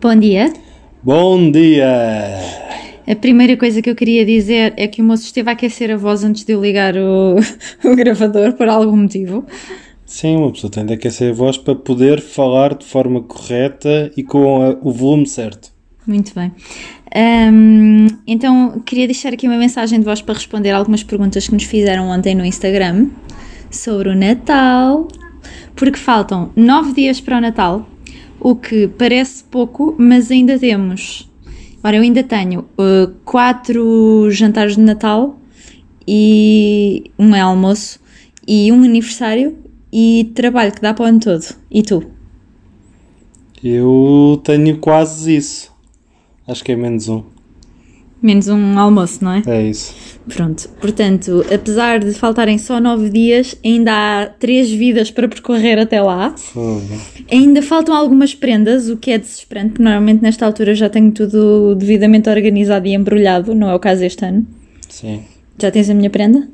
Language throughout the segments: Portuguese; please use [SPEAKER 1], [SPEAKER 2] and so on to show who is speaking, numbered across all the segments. [SPEAKER 1] Bom dia.
[SPEAKER 2] Bom dia!
[SPEAKER 1] A primeira coisa que eu queria dizer é que o moço esteve a aquecer a voz antes de eu ligar o, o gravador por algum motivo.
[SPEAKER 2] Sim, uma pessoa tem de aquecer a voz para poder falar de forma correta e com a- o volume certo.
[SPEAKER 1] Muito bem. Ahm, então, queria deixar aqui uma mensagem de voz para responder algumas perguntas que nos fizeram ontem no Instagram sobre o Natal. Porque faltam nove dias para o Natal, o que parece pouco, mas ainda temos. Ora, eu ainda tenho eh, quatro jantares de Natal e um é almoço e um aniversário e trabalho que dá para o ano todo. E tu?
[SPEAKER 2] Eu tenho quase isso. Acho que é menos um.
[SPEAKER 1] Menos um almoço, não é?
[SPEAKER 2] É isso.
[SPEAKER 1] Pronto, portanto, apesar de faltarem só nove dias, ainda há três vidas para percorrer até lá.
[SPEAKER 2] Fogo.
[SPEAKER 1] Ainda faltam algumas prendas, o que é desesperante, porque normalmente nesta altura já tenho tudo devidamente organizado e embrulhado, não é o caso este ano.
[SPEAKER 2] Sim.
[SPEAKER 1] Já tens a minha prenda?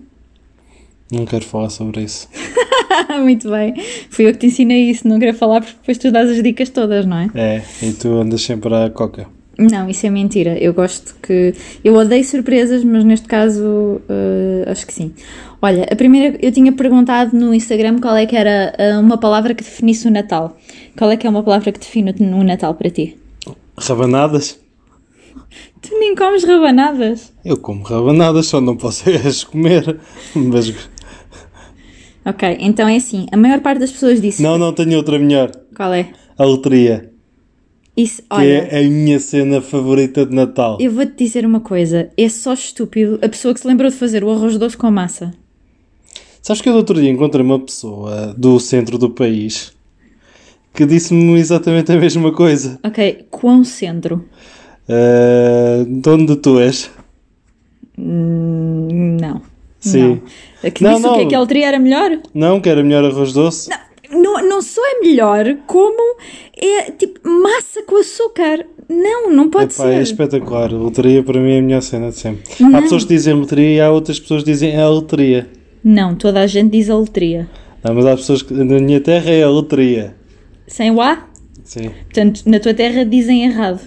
[SPEAKER 2] Não quero falar sobre isso.
[SPEAKER 1] Ah, Muito bem, fui eu que te ensinei isso, não queria falar porque depois tu dás as dicas todas, não é?
[SPEAKER 2] É, e tu andas sempre à coca.
[SPEAKER 1] Não, isso é mentira. Eu gosto que. Eu odeio surpresas, mas neste caso eh, acho que sim. Olha, a primeira. Eu tinha perguntado no Instagram qual é que era eh, uma palavra que definisse o Natal. Qual é que é uma palavra que define o o Natal para ti?
[SPEAKER 2] Rabanadas?
[SPEAKER 1] Tu nem comes rabanadas.
[SPEAKER 2] Eu como rabanadas, só não posso as comer. Mas...
[SPEAKER 1] Ok, então é assim. A maior parte das pessoas disse.
[SPEAKER 2] Não, não, tenho outra melhor.
[SPEAKER 1] Qual é?
[SPEAKER 2] A loteria.
[SPEAKER 1] Isso,
[SPEAKER 2] Que
[SPEAKER 1] olha.
[SPEAKER 2] é a minha cena favorita de Natal.
[SPEAKER 1] Eu vou-te dizer uma coisa. É só estúpido a pessoa que se lembrou de fazer o arroz doce com massa.
[SPEAKER 2] Sabes que eu do outro dia encontrei uma pessoa do centro do país que disse-me exatamente a mesma coisa.
[SPEAKER 1] Ok, quão centro?
[SPEAKER 2] Ah, de onde tu és?
[SPEAKER 1] Hum, Não.
[SPEAKER 2] Sim.
[SPEAKER 1] Não. Que
[SPEAKER 2] Não,
[SPEAKER 1] disse o que é
[SPEAKER 2] não.
[SPEAKER 1] que ele teria era melhor?
[SPEAKER 2] Não, que era melhor arroz doce?
[SPEAKER 1] Não, não só é melhor, como é tipo massa com açúcar. Não, não pode
[SPEAKER 2] Epá, é
[SPEAKER 1] ser.
[SPEAKER 2] espetacular. A loteria para mim é a melhor cena de sempre.
[SPEAKER 1] Não.
[SPEAKER 2] Há pessoas que dizem loteria e há outras pessoas que dizem a loteria.
[SPEAKER 1] Não, toda a gente diz a loteria.
[SPEAKER 2] Ah, mas há pessoas que na minha terra é a loteria.
[SPEAKER 1] Sem o A,
[SPEAKER 2] Sim.
[SPEAKER 1] portanto, na tua terra dizem errado.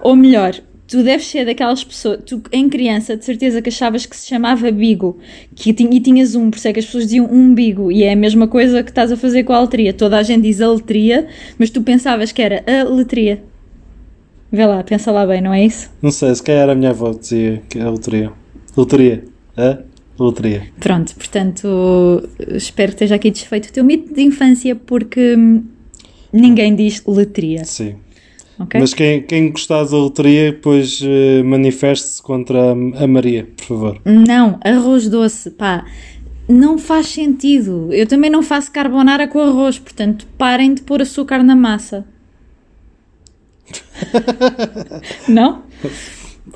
[SPEAKER 1] Ou melhor, tu deves ser daquelas pessoas. Tu, em criança, de certeza que achavas que se chamava bigo que ti- e tinhas um, por isso é que as pessoas diziam um bigo. E é a mesma coisa que estás a fazer com a letria. Toda a gente diz a letria, mas tu pensavas que era a letria. Vê lá, pensa lá bem, não é isso?
[SPEAKER 2] Não sei, se calhar a minha avó dizia que é a loteria. Loteria. Hã? Loteria.
[SPEAKER 1] Pronto, portanto, espero que esteja aqui desfeito o teu mito de infância, porque hum, ninguém diz letria,
[SPEAKER 2] Sim.
[SPEAKER 1] ok?
[SPEAKER 2] Mas quem, quem gostar da loteria, depois eh, manifeste-se contra a, a Maria, por favor.
[SPEAKER 1] Não, arroz doce, pá, não faz sentido. Eu também não faço carbonara com arroz, portanto, parem de pôr açúcar na massa. não?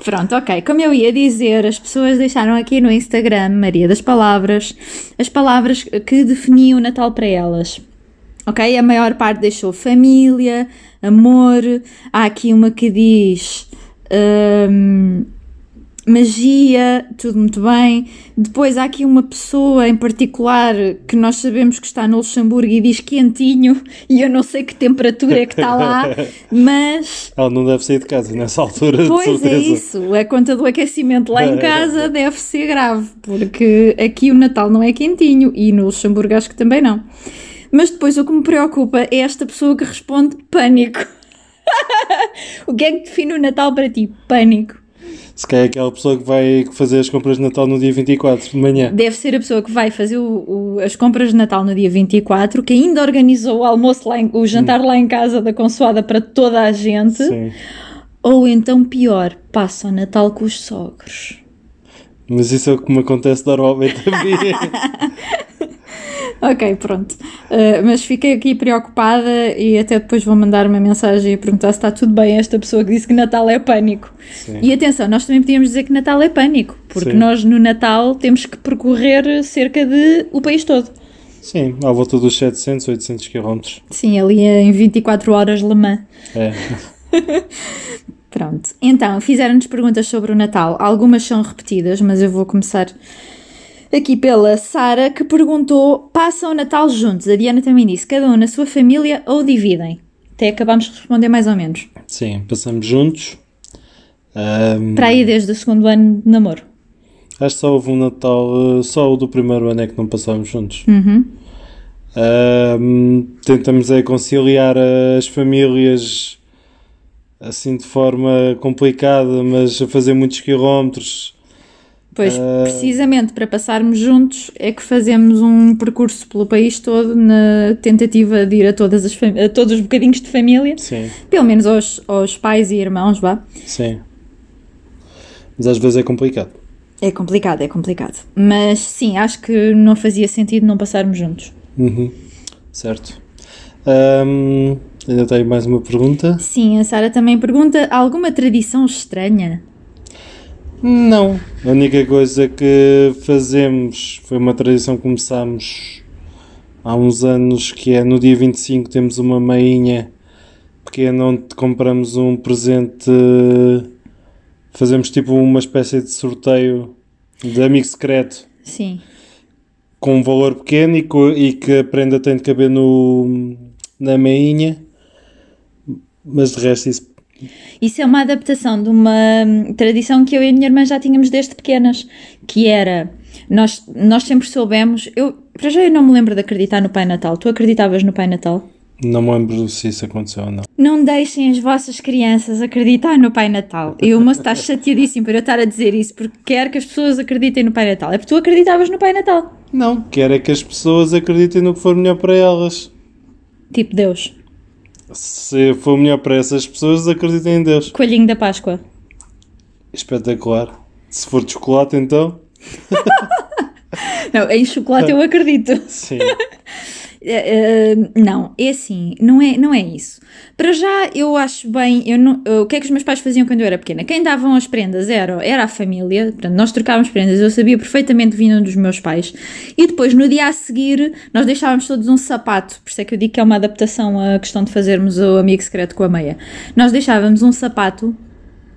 [SPEAKER 1] Pronto, ok. Como eu ia dizer, as pessoas deixaram aqui no Instagram, Maria das Palavras, as palavras que definiam o Natal para elas. Ok? A maior parte deixou família, amor. Há aqui uma que diz. hum, magia, tudo muito bem. Depois há aqui uma pessoa em particular que nós sabemos que está no Luxemburgo e diz quentinho, e eu não sei que temperatura é que está lá, mas
[SPEAKER 2] Ela não deve sair de casa nessa altura, de
[SPEAKER 1] Pois é
[SPEAKER 2] certeza.
[SPEAKER 1] isso, a conta do aquecimento lá em casa deve ser grave, porque aqui o Natal não é quentinho e no Luxemburgo acho que também não. Mas depois o que me preocupa é esta pessoa que responde pânico. o que é que define o Natal para ti? Pânico.
[SPEAKER 2] Se calhar é aquela pessoa que vai fazer as compras de Natal no dia 24 de manhã.
[SPEAKER 1] Deve ser a pessoa que vai fazer o- o- as compras de Natal no dia 24, que ainda organizou o almoço, lá em- o jantar lá em casa da consoada para toda a gente.
[SPEAKER 2] Sim.
[SPEAKER 1] Ou então, pior, passa o Natal com os sogros.
[SPEAKER 2] Mas isso é o que me acontece normalmente a mim.
[SPEAKER 1] Ok, pronto. Uh, mas fiquei aqui preocupada e até depois vou mandar uma mensagem e perguntar se está tudo bem a esta pessoa que disse que Natal é pânico.
[SPEAKER 2] Sim.
[SPEAKER 1] E atenção, nós também podíamos dizer que Natal é pânico, porque
[SPEAKER 2] Sim.
[SPEAKER 1] nós no Natal temos que percorrer cerca de o país todo.
[SPEAKER 2] Sim, à volta dos 700, 800 quilómetros.
[SPEAKER 1] Sim, ali é em 24 horas Le Mans.
[SPEAKER 2] É.
[SPEAKER 1] Pronto. Então, fizeram-nos perguntas sobre o Natal. Algumas são repetidas, mas eu vou começar aqui pela Sara, que perguntou: passam o Natal juntos? A Diana também disse: cada um na sua família ou dividem? Até acabámos de responder mais ou menos.
[SPEAKER 2] Sim, passamos juntos. Ahm,
[SPEAKER 1] Para aí desde o segundo ano de namoro.
[SPEAKER 2] acho que só houve um Natal, eh, só o do primeiro ano é que não passámos juntos. Ahm, tentamos é conciliar eh, as famílias assim de forma complicada, mas a fazer muitos quilómetros.
[SPEAKER 1] Pois,
[SPEAKER 2] Ah.
[SPEAKER 1] precisamente para passarmos juntos é que fazemos um percurso pelo país todo na tentativa de ir a, todas as fam- a todos os bocadinhos de família,
[SPEAKER 2] Sim,
[SPEAKER 1] pelo menos aos, aos pais e irmãos, vá.
[SPEAKER 2] sim. Mas às vezes é complicado.
[SPEAKER 1] É complicado, é complicado. Mas sim, acho que não fazia sentido não passarmos juntos.
[SPEAKER 2] Uhum, Certo. Ahm, ainda tenho mais uma pergunta.
[SPEAKER 1] Sim, a Sara também pergunta: "Há alguma tradição estranha?
[SPEAKER 2] Não. A única coisa que fazemos foi uma tradição que começámos há uns anos, que é no dia 25 temos uma meinha pequena onde compramos um presente, fazemos tipo uma espécie de sorteio de amigo secreto
[SPEAKER 1] Sim,
[SPEAKER 2] com um valor pequeno e, co- e que a prenda tem de caber no, na meinha, mas de resto isso
[SPEAKER 1] Isso é uma adaptação de uma hum, tradição que eu e a minha irmã já tínhamos desde pequenas, que era nós, nós sempre soubemos. Eu para já eu não me lembro de acreditar no Pai Natal. Tu acreditavas no Pai Natal?
[SPEAKER 2] não me lembro se isso aconteceu ou não.
[SPEAKER 1] Não deixem as vossas crianças acreditar no Pai Natal. E o moço está chateadíssimo por eu estar a dizer isso, porque quer que as pessoas acreditem no Pai Natal. É porque tu acreditavas no Pai Natal.
[SPEAKER 2] Não, quero é que as pessoas acreditem no que for melhor para elas.
[SPEAKER 1] Tipo Deus.
[SPEAKER 2] Se for melhor para essas pessoas, acreditem em Deus.
[SPEAKER 1] Coelhinho da Páscoa.
[SPEAKER 2] Espetacular. Se for de chocolate, então,
[SPEAKER 1] Não, em chocolate eu acredito.
[SPEAKER 2] sim.
[SPEAKER 1] Eh, eh, não, é assim, não é, não é isso. Para já, eu acho bem. Eu não, eu- o que é que os meus pais faziam quando eu era pequena? Quem davam as prendas era, era a família, portanto, nós trocávamos prendas, eu sabia perfeitamente vinham dos meus pais. E depois, no dia a seguir, nós deixávamos todos um sapato, por isso é que eu digo que é uma adaptação à questão de fazermos o amigo secreto com a meia. Nós deixávamos um sapato.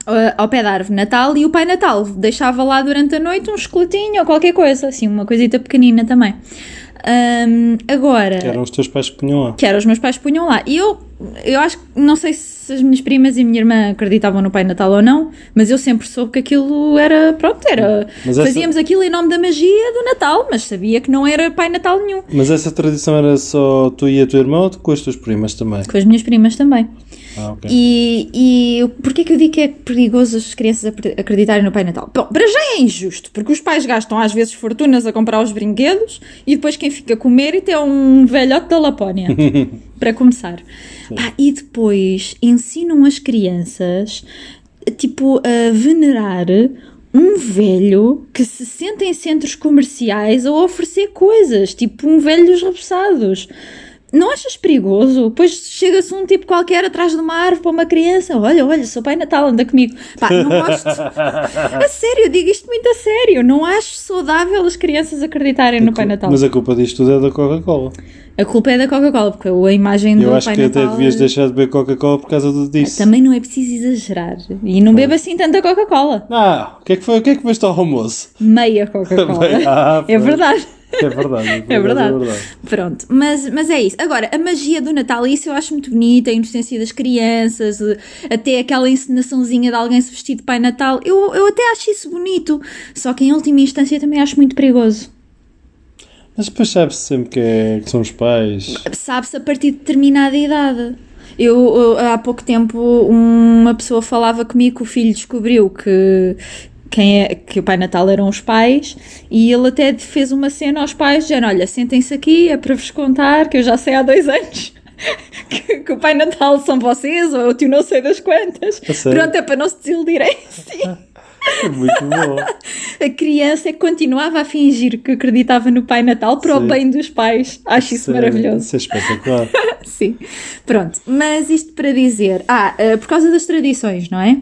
[SPEAKER 1] eh, Ao pé da árvore de Natal e o Pai Natal deixava lá durante a noite um chocolatinho ou qualquer coisa, assim, uma coisita pequenina também. Ahm, agora.
[SPEAKER 2] Que eram os teus pais que punham lá.
[SPEAKER 1] Que era, os meus pais punham lá. E eu, eu acho que, não sei se as minhas primas e a minha irmã acreditavam no Pai Natal ou não, mas eu sempre soube que aquilo era, pronto, era,
[SPEAKER 2] Mas essa-
[SPEAKER 1] fazíamos aquilo em nome da magia do Natal, mas sabia que não era Pai Natal nenhum.
[SPEAKER 2] Mas essa tradição era só tu e a tua irmã ou com as tuas primas também?
[SPEAKER 1] Com as minhas primas também.
[SPEAKER 2] Ah, ok.
[SPEAKER 1] E, e eu- porquê que eu digo que é perigoso as crianças apre- acreditarem no Pai Natal? Bom, para já é injusto, porque os pais gastam às vezes fortunas a comprar os brinquedos e depois quem fica com mérito é um velhote da Lapónia, para começar. Pá, e depois ensinam as crianças, tipo, a venerar um velho que se senta em centros comerciais a oferecer coisas, tipo um velho dos repousados. Não achas perigoso? Pois chega-se um tipo qualquer atrás de uma árvore para uma criança. Olha, olha, seu pai Natal anda comigo. Pá, não gosto. a sério, eu digo isto muito a sério. Não acho saudável as crianças acreditarem no Pai Natal.
[SPEAKER 2] Mas a culpa disto tudo é da Coca-Cola.
[SPEAKER 1] A culpa é da Coca-Cola, porque a imagem
[SPEAKER 2] Eu
[SPEAKER 1] do
[SPEAKER 2] acho
[SPEAKER 1] Pai
[SPEAKER 2] que
[SPEAKER 1] Natal... é-
[SPEAKER 2] até devias deixar de beber Coca-Cola por causa disso.
[SPEAKER 1] Também não é preciso exagerar. E não beba assim tanta Coca-Cola.
[SPEAKER 2] Ah, o que é que foi? O que é que foste ao almoço?
[SPEAKER 1] Meia Coca-Cola.
[SPEAKER 2] Ah,
[SPEAKER 1] é
[SPEAKER 2] pois.
[SPEAKER 1] verdade.
[SPEAKER 2] É verdade.
[SPEAKER 1] É verdade.
[SPEAKER 2] É verdade.
[SPEAKER 1] Pronto, mas, mas é isso. Agora, a magia do Natal, isso eu acho muito bonita, a inocência das crianças, eh, até aquela encenaçãozinha de alguém se vestir de Pai Natal, eu, eu até acho isso bonito. Só que em última instância também acho muito perigoso.
[SPEAKER 2] Mas depois sabe-se sempre que, é, que são os pais.
[SPEAKER 1] sabe-se a partir de determinada idade. Eu, eu, há pouco tempo uma pessoa falava comigo que o filho descobriu que quem é, que o Pai Natal eram os pais e ele até fez uma cena aos pais dizendo, olha, sentem-se aqui, é para vos contar que eu já sei há dois anos que, que o Pai Natal são vocês ou eu tio não sei das quantas.
[SPEAKER 2] A sério?
[SPEAKER 1] Pronto, é para não se desiludirem. Sim.
[SPEAKER 2] É muito bom.
[SPEAKER 1] A criança é que continuava a fingir que acreditava no Pai Natal para
[SPEAKER 2] Sim.
[SPEAKER 1] o bem dos pais. Acho isso
[SPEAKER 2] é-
[SPEAKER 1] maravilhoso.
[SPEAKER 2] Isso é espetacular.
[SPEAKER 1] Sim, pronto. Mas isto para dizer, ah, eh, por causa das tradições, não é?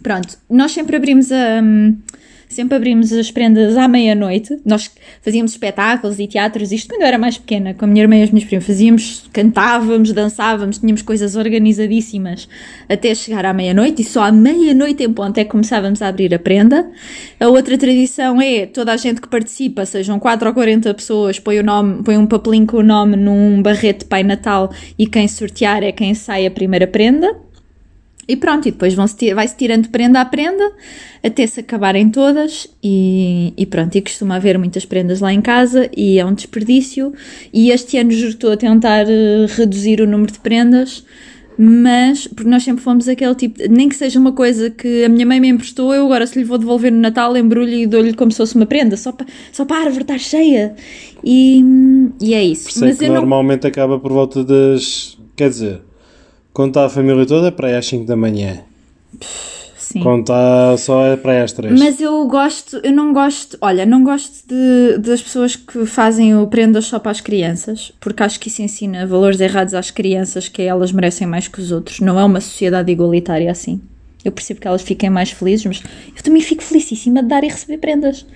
[SPEAKER 1] Pronto, nós sempre abrimos a. hum, sempre abrimos as prendas à meia-noite. Nós fazíamos espetáculos e teatros, isto quando eu era mais pequena, com a minha irmã e os meus primos. Fazíamos, cantávamos, dançávamos, tínhamos coisas organizadíssimas até chegar à meia-noite e só à meia-noite em ponto é que começávamos a abrir a prenda. A outra tradição é toda a gente que participa, sejam 4 ou 40 pessoas, põe, o nome, põe um papelinho com o nome num barrete de Pai Natal e quem sortear é quem sai a primeira prenda. E pronto, e depois vão-se, vai-se tirando prenda a prenda até se acabarem todas. E, e, pronto, e costuma haver muitas prendas lá em casa e é um desperdício. E este ano juro estou a tentar uh, reduzir o número de prendas, mas porque nós sempre fomos aquele tipo, de- nem que seja uma coisa que a minha mãe me emprestou, eu agora se lhe vou devolver no Natal, embrulho e dou-lhe como se fosse uma prenda, só para só pa a árvore estar cheia. E, e é isso.
[SPEAKER 2] Sei que
[SPEAKER 1] eu não-
[SPEAKER 2] normalmente acaba por volta das. Quer dizer, quando está a família toda é para aí às 5 da manhã.
[SPEAKER 1] Sim.
[SPEAKER 2] Quando está só é para aí às 3.
[SPEAKER 1] Mas eu gosto, eu não gosto, olha, não gosto de, das pessoas que fazem o prendas só para as crianças, porque acho que isso ensina valores errados às crianças que elas merecem mais que os outros. Não é uma sociedade igualitária assim. Eu percebo que elas fiquem mais felizes, mas eu também fico felicíssima de dar e receber prendas.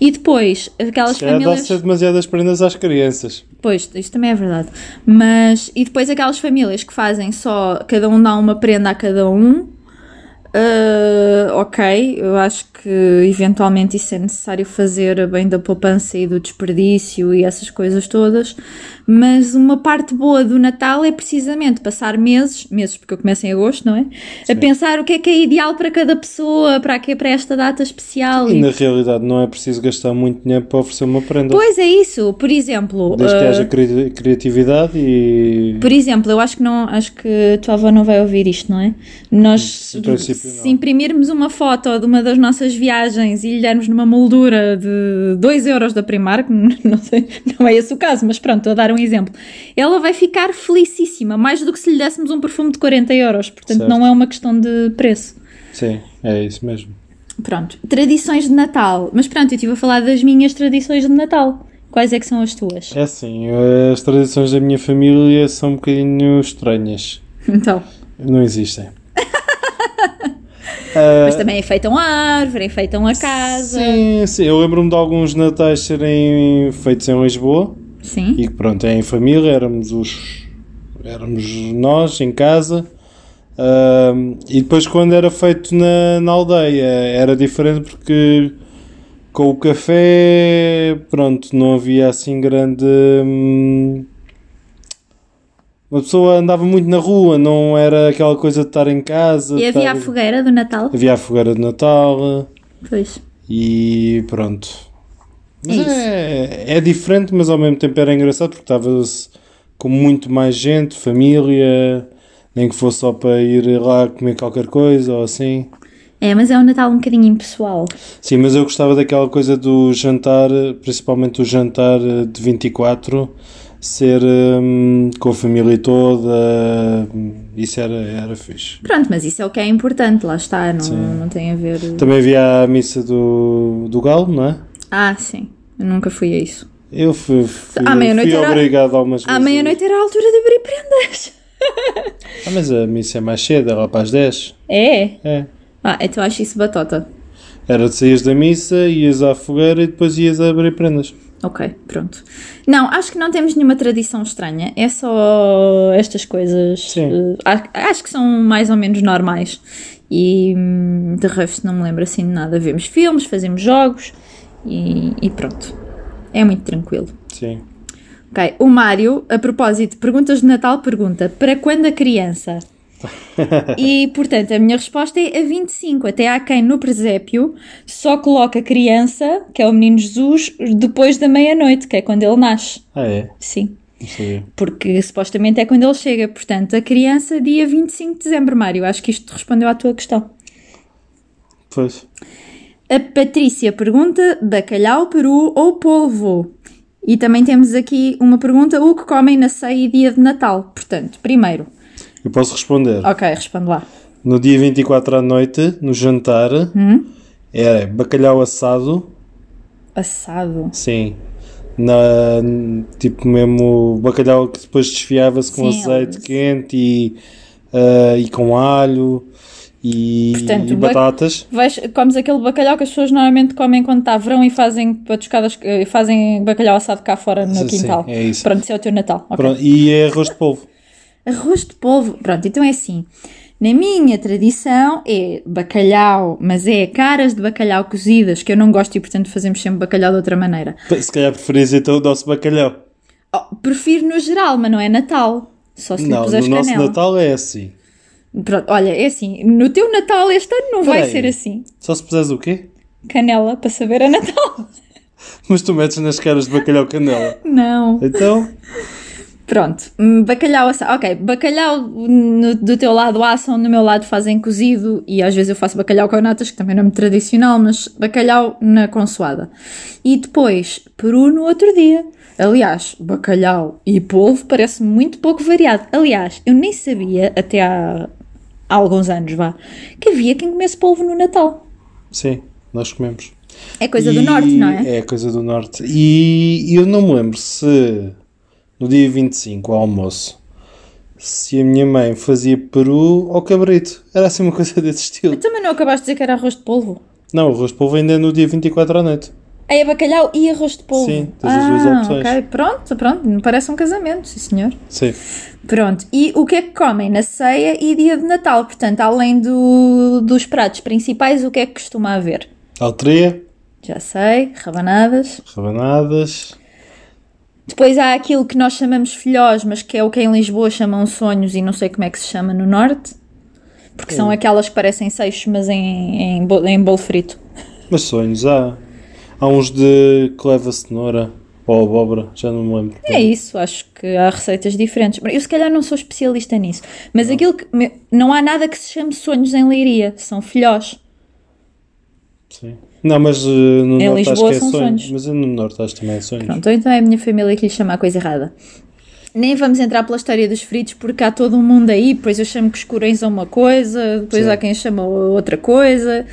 [SPEAKER 1] E depois, aquelas
[SPEAKER 2] Se calhar
[SPEAKER 1] famílias.
[SPEAKER 2] É, dá-se demasiadas prendas às crianças.
[SPEAKER 1] Pois, isto também é verdade. Mas, e depois aquelas famílias que fazem só, cada um dá uma prenda a cada um. ah, ok, eu acho que eventualmente isso é necessário fazer a bem da poupança e do desperdício e essas coisas todas, mas uma parte boa do Natal é precisamente passar meses, meses porque eu começo em agosto, não é? A pensar o que é que é ideal para cada pessoa, para, que, para esta data especial.
[SPEAKER 2] E
[SPEAKER 1] e-
[SPEAKER 2] na realidade não é preciso gastar muito dinheiro para oferecer uma prenda.
[SPEAKER 1] Pois é isso, por exemplo.
[SPEAKER 2] Desde que
[SPEAKER 1] ah,
[SPEAKER 2] haja cri- criatividade e.
[SPEAKER 1] Por exemplo, eu acho que não, acho que a tua avó não vai ouvir isto, não é? Nós
[SPEAKER 2] Em princípio,
[SPEAKER 1] se
[SPEAKER 2] não.
[SPEAKER 1] imprimirmos uma foto de uma das nossas viagens e lhe dermos numa moldura de 2 euros da Primark, não sei, não é esse o caso, mas pronto, estou a dar um exemplo. Ela vai ficar felicíssima, mais do que se lhe dessemos um perfume de 40 euros, portanto
[SPEAKER 2] Certo.
[SPEAKER 1] não é uma questão de preço.
[SPEAKER 2] Sim, é isso mesmo.
[SPEAKER 1] Pronto, tradições de Natal. Mas pronto, eu estive a falar das minhas tradições de Natal. Quais é que são as tuas?
[SPEAKER 2] É assim, as tradições da minha família são um bocadinho estranhas.
[SPEAKER 1] Então,
[SPEAKER 2] Não existem. Ah,
[SPEAKER 1] mas também é um enfeitam a árvore, enfeitam a é casa.
[SPEAKER 2] Sim, sim. Eu lembro-me de alguns natais serem feitos em Lisboa
[SPEAKER 1] Sim.
[SPEAKER 2] e que pronto, é em família, éramos os éramos nós em casa. Ahm, e depois quando era feito na, na aldeia era diferente porque com o café pronto, não havia assim grande hum, uma pessoa andava muito na rua, não era aquela coisa de estar em casa.
[SPEAKER 1] E havia
[SPEAKER 2] estar-
[SPEAKER 1] a fogueira do Natal?
[SPEAKER 2] havia a fogueira de Natal.
[SPEAKER 1] Pois.
[SPEAKER 2] E pronto. Mas
[SPEAKER 1] É isso.
[SPEAKER 2] é, é diferente, mas ao mesmo tempo era engraçado porque estava-se com muito mais gente, família, nem que fosse só para ir lá comer qualquer coisa ou assim.
[SPEAKER 1] É, mas é um Natal um bocadinho impessoal.
[SPEAKER 2] Sim, mas eu gostava daquela coisa do jantar, principalmente o jantar eh, de 24, ser hum, com a família toda. hum, Isso era, era fixe.
[SPEAKER 1] Pronto, mas isso é o que é importante, lá está, não, não tem a ver.
[SPEAKER 2] Também havia a missa do, do Galo, não é?
[SPEAKER 1] Ah, sim. Eu nunca fui a isso.
[SPEAKER 2] Eu fui, fui,
[SPEAKER 1] À meia-noite
[SPEAKER 2] fui
[SPEAKER 1] era-
[SPEAKER 2] obrigado algumas
[SPEAKER 1] À
[SPEAKER 2] vezes.
[SPEAKER 1] meia-noite era a altura de abrir prendas.
[SPEAKER 2] Ah, mas a missa é mais cedo, é lá para as 10.
[SPEAKER 1] É?
[SPEAKER 2] É.
[SPEAKER 1] Ah, então acho isso batota.
[SPEAKER 2] Era de saíres da missa, ias à fogueira e depois ias a abrir prendas.
[SPEAKER 1] Ok, pronto. Não, acho que não temos nenhuma tradição estranha. É só estas coisas.
[SPEAKER 2] Sim.
[SPEAKER 1] eh, a- acho que são mais ou menos normais. E hum, de resto não me lembro assim de nada. Vemos filmes, fazemos jogos e- e pronto. É muito tranquilo.
[SPEAKER 2] Sim.
[SPEAKER 1] Ok, o Mário, a propósito, de perguntas de Natal, pergunta para quando a criança? e, portanto, a minha resposta é a 25. Até há quem no presépio só coloca a criança, que é o menino Jesus, depois da meia-noite, que é quando ele nasce.
[SPEAKER 2] Ah, é?
[SPEAKER 1] Sim,
[SPEAKER 2] Não sabia.
[SPEAKER 1] porque supostamente é quando ele chega. Portanto, a criança, dia 25 de dezembro, Mário. Acho que isto respondeu à tua questão.
[SPEAKER 2] Pois.
[SPEAKER 1] A Patrícia pergunta: bacalhau, peru ou polvo? E também temos aqui uma pergunta: o que comem na ceia e dia de Natal? Portanto, primeiro,
[SPEAKER 2] Eu posso responder.
[SPEAKER 1] ok, responde lá.
[SPEAKER 2] No dia 24 à noite, no jantar, Hum? era bacalhau assado.
[SPEAKER 1] Assado.
[SPEAKER 2] Sim. Na, tipo mesmo bacalhau que depois desfiava-se com
[SPEAKER 1] Sim,
[SPEAKER 2] azeite
[SPEAKER 1] eles-
[SPEAKER 2] quente e, ah, e com alho. e,
[SPEAKER 1] Portanto,
[SPEAKER 2] e
[SPEAKER 1] bac-
[SPEAKER 2] batatas.
[SPEAKER 1] Vais, comes aquele bacalhau que as pessoas normalmente comem quando está verão e fazem patuscadas, eh, fazem bacalhau assado cá fora no
[SPEAKER 2] Sim, sim,
[SPEAKER 1] quintal.
[SPEAKER 2] é isso.
[SPEAKER 1] Pronto, esse é o teu Natal. ok.
[SPEAKER 2] Pronto, e é arroz de polvo.
[SPEAKER 1] Arroz de polvo. Pronto, então é assim. Na minha tradição é bacalhau, mas é caras de bacalhau cozidas, que eu não gosto e portanto fazemos sempre bacalhau de outra maneira.
[SPEAKER 2] Se calhar preferias então o nosso bacalhau.
[SPEAKER 1] Oh, prefiro no geral, mas não é Natal. Só se lhe
[SPEAKER 2] Não,
[SPEAKER 1] puseres
[SPEAKER 2] no nosso
[SPEAKER 1] canela.
[SPEAKER 2] Natal é assim.
[SPEAKER 1] Pronto, olha, é assim. No teu Natal este ano não vai
[SPEAKER 2] Peraí.
[SPEAKER 1] ser assim.
[SPEAKER 2] Só se puseres o quê?
[SPEAKER 1] Canela para saber a Natal.
[SPEAKER 2] Mas tu metes nas caras de bacalhau canela.
[SPEAKER 1] Não.
[SPEAKER 2] Então,
[SPEAKER 1] Pronto, hum, bacalhau assado. Ok, bacalhau no- do teu lado assam, no meu lado fazem cozido e às vezes eu faço bacalhau com natas, que também não é muito tradicional, mas bacalhau na consoada. E depois, peru no outro dia. Aliás, bacalhau e polvo parece muito pouco variado. Aliás, eu nem sabia até há, há alguns anos, vá, que havia quem comesse polvo no Natal.
[SPEAKER 2] sim, nós comemos.
[SPEAKER 1] É coisa do
[SPEAKER 2] E-
[SPEAKER 1] norte, não é?
[SPEAKER 2] É coisa do norte. E eu não me lembro se no dia 25, ao almoço, se a minha mãe fazia peru ou cabrito. Era assim uma coisa desse estilo.
[SPEAKER 1] Também não acabaste de dizer que era arroz de polvo?
[SPEAKER 2] Não, o arroz de polvo ainda é no dia 24 à noite.
[SPEAKER 1] Ah, É bacalhau e arroz de polvo.
[SPEAKER 2] Sim, tens as duas
[SPEAKER 1] ah,
[SPEAKER 2] opções.
[SPEAKER 1] ok. Pronto, pronto. Me parece um casamento, sim senhor.
[SPEAKER 2] Sim.
[SPEAKER 1] Pronto. E o que é que comem na ceia e dia de Natal? Portanto, além do- dos pratos principais, o que é que costuma haver?
[SPEAKER 2] Altria,
[SPEAKER 1] Já sei, rabanadas.
[SPEAKER 2] rabanadas.
[SPEAKER 1] Depois há aquilo que nós chamamos filhós, mas que é o que em Lisboa chamam sonhos e não sei como é que se chama no Norte. Porque são aquelas que parecem seixos, mas em, em, bo- em bolo frito.
[SPEAKER 2] Mas sonhos há. Há uns de que leva cenoura ou abóbora, já não me lembro.
[SPEAKER 1] É isso, acho que há receitas diferentes. Eu se calhar não sou especialista nisso, mas aquilo que me- não há nada que se chame sonhos em Leiria, são filhós.
[SPEAKER 2] Sim. Não, mas eh, no
[SPEAKER 1] Em
[SPEAKER 2] norte
[SPEAKER 1] Lisboa
[SPEAKER 2] acho que
[SPEAKER 1] são
[SPEAKER 2] é
[SPEAKER 1] sonhos.
[SPEAKER 2] sonhos. Mas no norte acho que também é sonhos.
[SPEAKER 1] Pronto, ou então é a minha família que lhe chama a coisa errada. Nem vamos entrar pela história dos fritos, porque há todo um mundo aí, depois eu chamo que os corões é uma coisa, depois
[SPEAKER 2] Sim.
[SPEAKER 1] há quem chama outra coisa.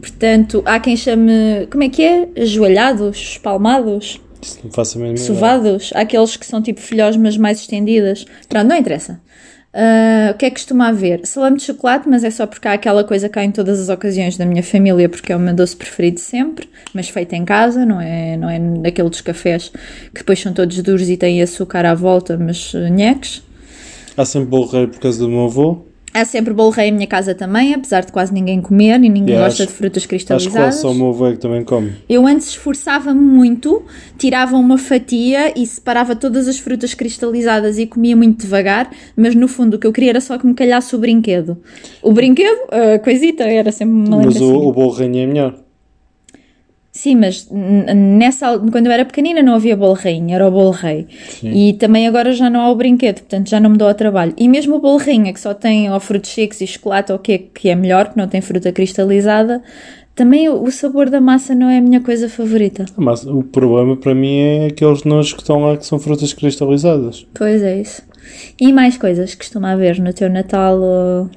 [SPEAKER 1] Portanto, há quem chame, como é que é? Ajoelhados, espalmados,
[SPEAKER 2] Isso não faço a mínima ideia.
[SPEAKER 1] sovados, há aqueles que são tipo filhós, mas mais estendidas. Pronto, não interessa. Ah, o que é que costuma haver? Salame de chocolate, mas é só porque há aquela coisa cá em todas as ocasiões da minha família, porque é o meu doce preferido sempre, mas feito em casa, não é, não é daquele dos cafés que depois são todos duros e têm açúcar à volta, mas eh, nheques.
[SPEAKER 2] Há sempre bolo rei por causa do meu avô.
[SPEAKER 1] Há sempre bolo rei em minha casa também, apesar de quase ninguém comer e ninguém
[SPEAKER 2] Yeah,
[SPEAKER 1] gosta
[SPEAKER 2] acho-
[SPEAKER 1] de frutas
[SPEAKER 2] Acho que quase
[SPEAKER 1] cristalizadas.
[SPEAKER 2] só o meu avô é que também come.
[SPEAKER 1] Eu antes esforçava-me muito, tirava uma fatia e separava todas as frutas cristalizadas e comia muito devagar, mas no fundo o que eu queria era só que me calhasse o brinquedo. O brinquedo, a coisita, era sempre uma
[SPEAKER 2] Mas
[SPEAKER 1] lembrancinha.
[SPEAKER 2] o, o bolo rainha é melhor.
[SPEAKER 1] Sim, mas n- nessa, al- quando eu era pequenina não havia bolo rainha, era o bolo rei. E também agora já não há o brinquedo, portanto já não me dou ao trabalho. E mesmo o bolo rainha, que só tem ou frutos secos e chocolate ou o que é que é melhor, que não tem fruta cristalizada, também o o sabor da massa não é a minha coisa favorita.
[SPEAKER 2] Ah, Mas o problema para mim é aqueles nojos que estão lá que são frutas cristalizadas.
[SPEAKER 1] Pois é isso. E mais coisas que costuma haver no teu Natal? ó.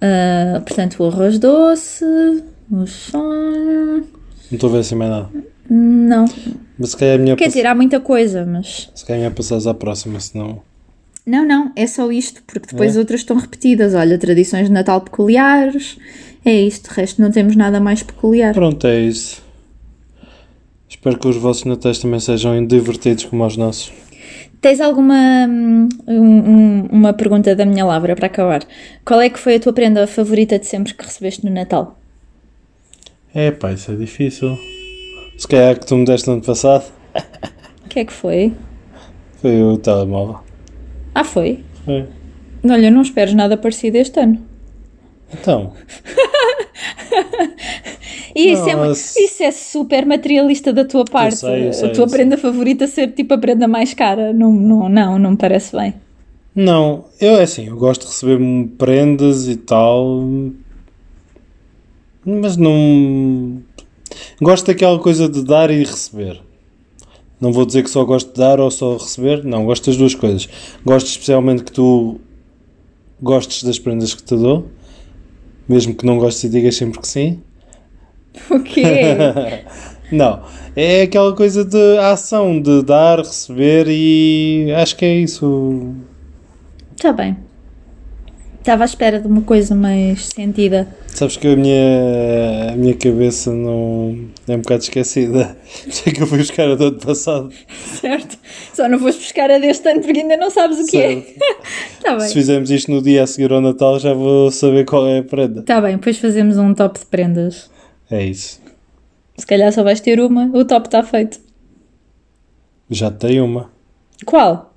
[SPEAKER 1] Ah, portanto, o arroz doce, o sonho.
[SPEAKER 2] Não estou a ver assim mais nada.
[SPEAKER 1] Não.
[SPEAKER 2] Mas se calhar é melhor,
[SPEAKER 1] Quer
[SPEAKER 2] pass...
[SPEAKER 1] dizer, há muita coisa, mas.
[SPEAKER 2] se calhar é melhor passares à próxima, senão.
[SPEAKER 1] Não, não, é só isto, porque depois outras estão repetidas. Olha, tradições de Natal peculiares. É isto, de resto não temos nada mais peculiar.
[SPEAKER 2] Pronto, é isso. Espero que os vossos natais também sejam divertidos como os nossos.
[SPEAKER 1] Tens alguma hum, um- uma pergunta da minha Laura para acabar? Qual é que foi a tua prenda favorita de sempre que recebeste no Natal?
[SPEAKER 2] É pá, isso é difícil. Se calhar é que tu me deste no ano passado
[SPEAKER 1] O que é que foi?
[SPEAKER 2] foi o telemóvel.
[SPEAKER 1] Ah, foi?
[SPEAKER 2] Foi.
[SPEAKER 1] Olha, não esperes nada parecido este ano.
[SPEAKER 2] Então,
[SPEAKER 1] E isso,
[SPEAKER 2] Não,
[SPEAKER 1] é, mu-
[SPEAKER 2] mas-
[SPEAKER 1] isso é super materialista da tua parte.
[SPEAKER 2] sei, eu sei,
[SPEAKER 1] a tua
[SPEAKER 2] eu sei.
[SPEAKER 1] prenda favorita ser tipo a prenda mais cara. Não, não, não, não me parece bem.
[SPEAKER 2] não, eu é assim, eu gosto de receber prendas e tal, mas não. Gosto daquela coisa de dar e receber. Não vou dizer que só gosto de dar ou só receber, não, gosto das duas coisas. Gosto especialmente que tu gostes das prendas que te dou, mesmo que não gostes e digas sempre que sim.
[SPEAKER 1] O quê?
[SPEAKER 2] Não, é aquela coisa de ação, de dar, receber e acho que é isso.
[SPEAKER 1] Está bem. Estava Tá à espera de uma coisa mais sentida.
[SPEAKER 2] Sabes que a minha, a minha cabeça não é um bocado esquecida. Sei que eu fui buscar a do ano passado.
[SPEAKER 1] Certo. Só não foste buscar a deste ano porque ainda não sabes o que
[SPEAKER 2] Certo.
[SPEAKER 1] é. Está
[SPEAKER 2] Se
[SPEAKER 1] bem.
[SPEAKER 2] fizermos isto no dia a seguir ao Natal, já vou saber qual é a prenda.
[SPEAKER 1] Está bem, depois fazemos um top de prendas.
[SPEAKER 2] É isso.
[SPEAKER 1] Se calhar só vais ter uma, o top está feito.
[SPEAKER 2] Já tem uma.
[SPEAKER 1] Qual?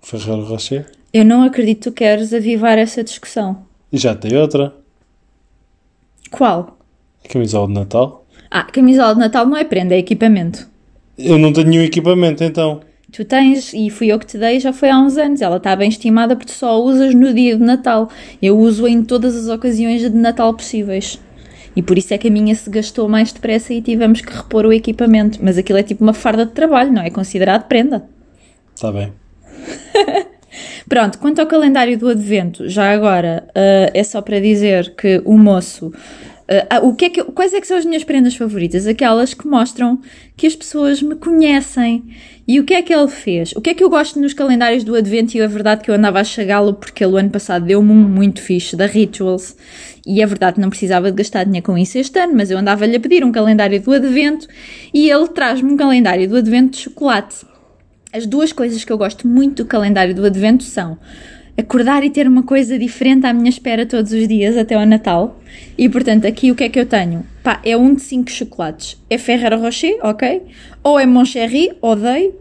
[SPEAKER 2] Ferreiro Rocher.
[SPEAKER 1] Eu não acredito que tu queres avivar essa discussão.
[SPEAKER 2] E já tem outra.
[SPEAKER 1] Qual?
[SPEAKER 2] Camisola de Natal.
[SPEAKER 1] Ah, camisola de Natal não é prenda, é equipamento.
[SPEAKER 2] Eu não tenho nenhum equipamento, então.
[SPEAKER 1] Tu tens, e fui eu que te dei, já foi há uns anos. Ela está bem estimada porque tu só a usas no dia de Natal. Eu uso em todas as ocasiões de Natal possíveis. E por isso é que a minha se gastou mais depressa e tivemos que repor o equipamento. Mas aquilo é tipo uma farda de trabalho, não é considerado prenda.
[SPEAKER 2] Está Tá bem.
[SPEAKER 1] Pronto, quanto ao calendário do Advento, já agora, ah, é só para dizer que o moço. ah, ah, o que é que, eu- quais é que são as minhas prendas favoritas? Aquelas que mostram que as pessoas me conhecem. E o que é que ele fez? O que é que eu gosto nos calendários do Advento? E é verdade que eu andava a chegá-lo porque ele o ano passado deu-me um muito fixe da Rituals. E é verdade que não precisava de gastar dinheiro com isso este ano, mas eu andava-lhe a pedir um calendário do Advento e ele traz-me um calendário do Advento de chocolate. As duas coisas que eu gosto muito do calendário do Advento são acordar e ter uma coisa diferente à minha espera todos os dias até ao Natal. E portanto, aqui o que é que eu tenho? Pá, é um de cinco chocolates. É Ferrero Rocher, ok? Ou é Moncherry, odeio.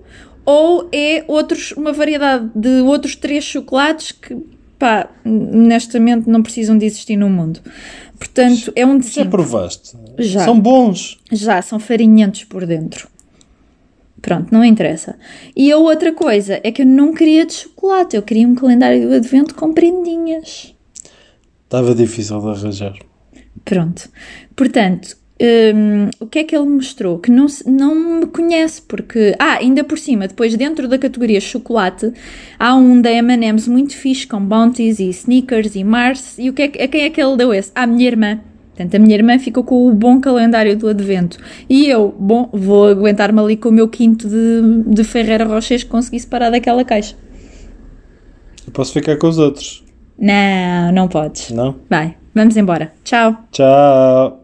[SPEAKER 1] Ou é outros, uma variedade de outros três chocolates que, pá, honestamente não precisam de existir no mundo. Portanto, é um de
[SPEAKER 2] Já
[SPEAKER 1] cinco.
[SPEAKER 2] provaste?
[SPEAKER 1] Já.
[SPEAKER 2] São bons.
[SPEAKER 1] Já, são farinhentos por dentro. Pronto, não interessa. E a outra coisa é que eu não queria de chocolate, eu queria um calendário do advento com prendinhas.
[SPEAKER 2] Estava difícil de arranjar.
[SPEAKER 1] Pronto. Portanto, hum, o que é que ele mostrou? Que não, se- não me conhece, porque. Ah, ainda por cima, depois dentro da categoria chocolate, há um da MM's muito fixe com Bounties e Sneakers e Mars. E o que é, que- a quem é que ele deu esse? À minha irmã. Portanto, a minha irmã ficou com o bom calendário do advento. E eu, bom, vou aguentar-me ali com o meu quinto de, de Ferreira Rochês que consegui separar daquela caixa.
[SPEAKER 2] Eu posso ficar com os outros,
[SPEAKER 1] Não, não podes.
[SPEAKER 2] não?
[SPEAKER 1] Vai, vamos embora. Tchau.
[SPEAKER 2] Tchau.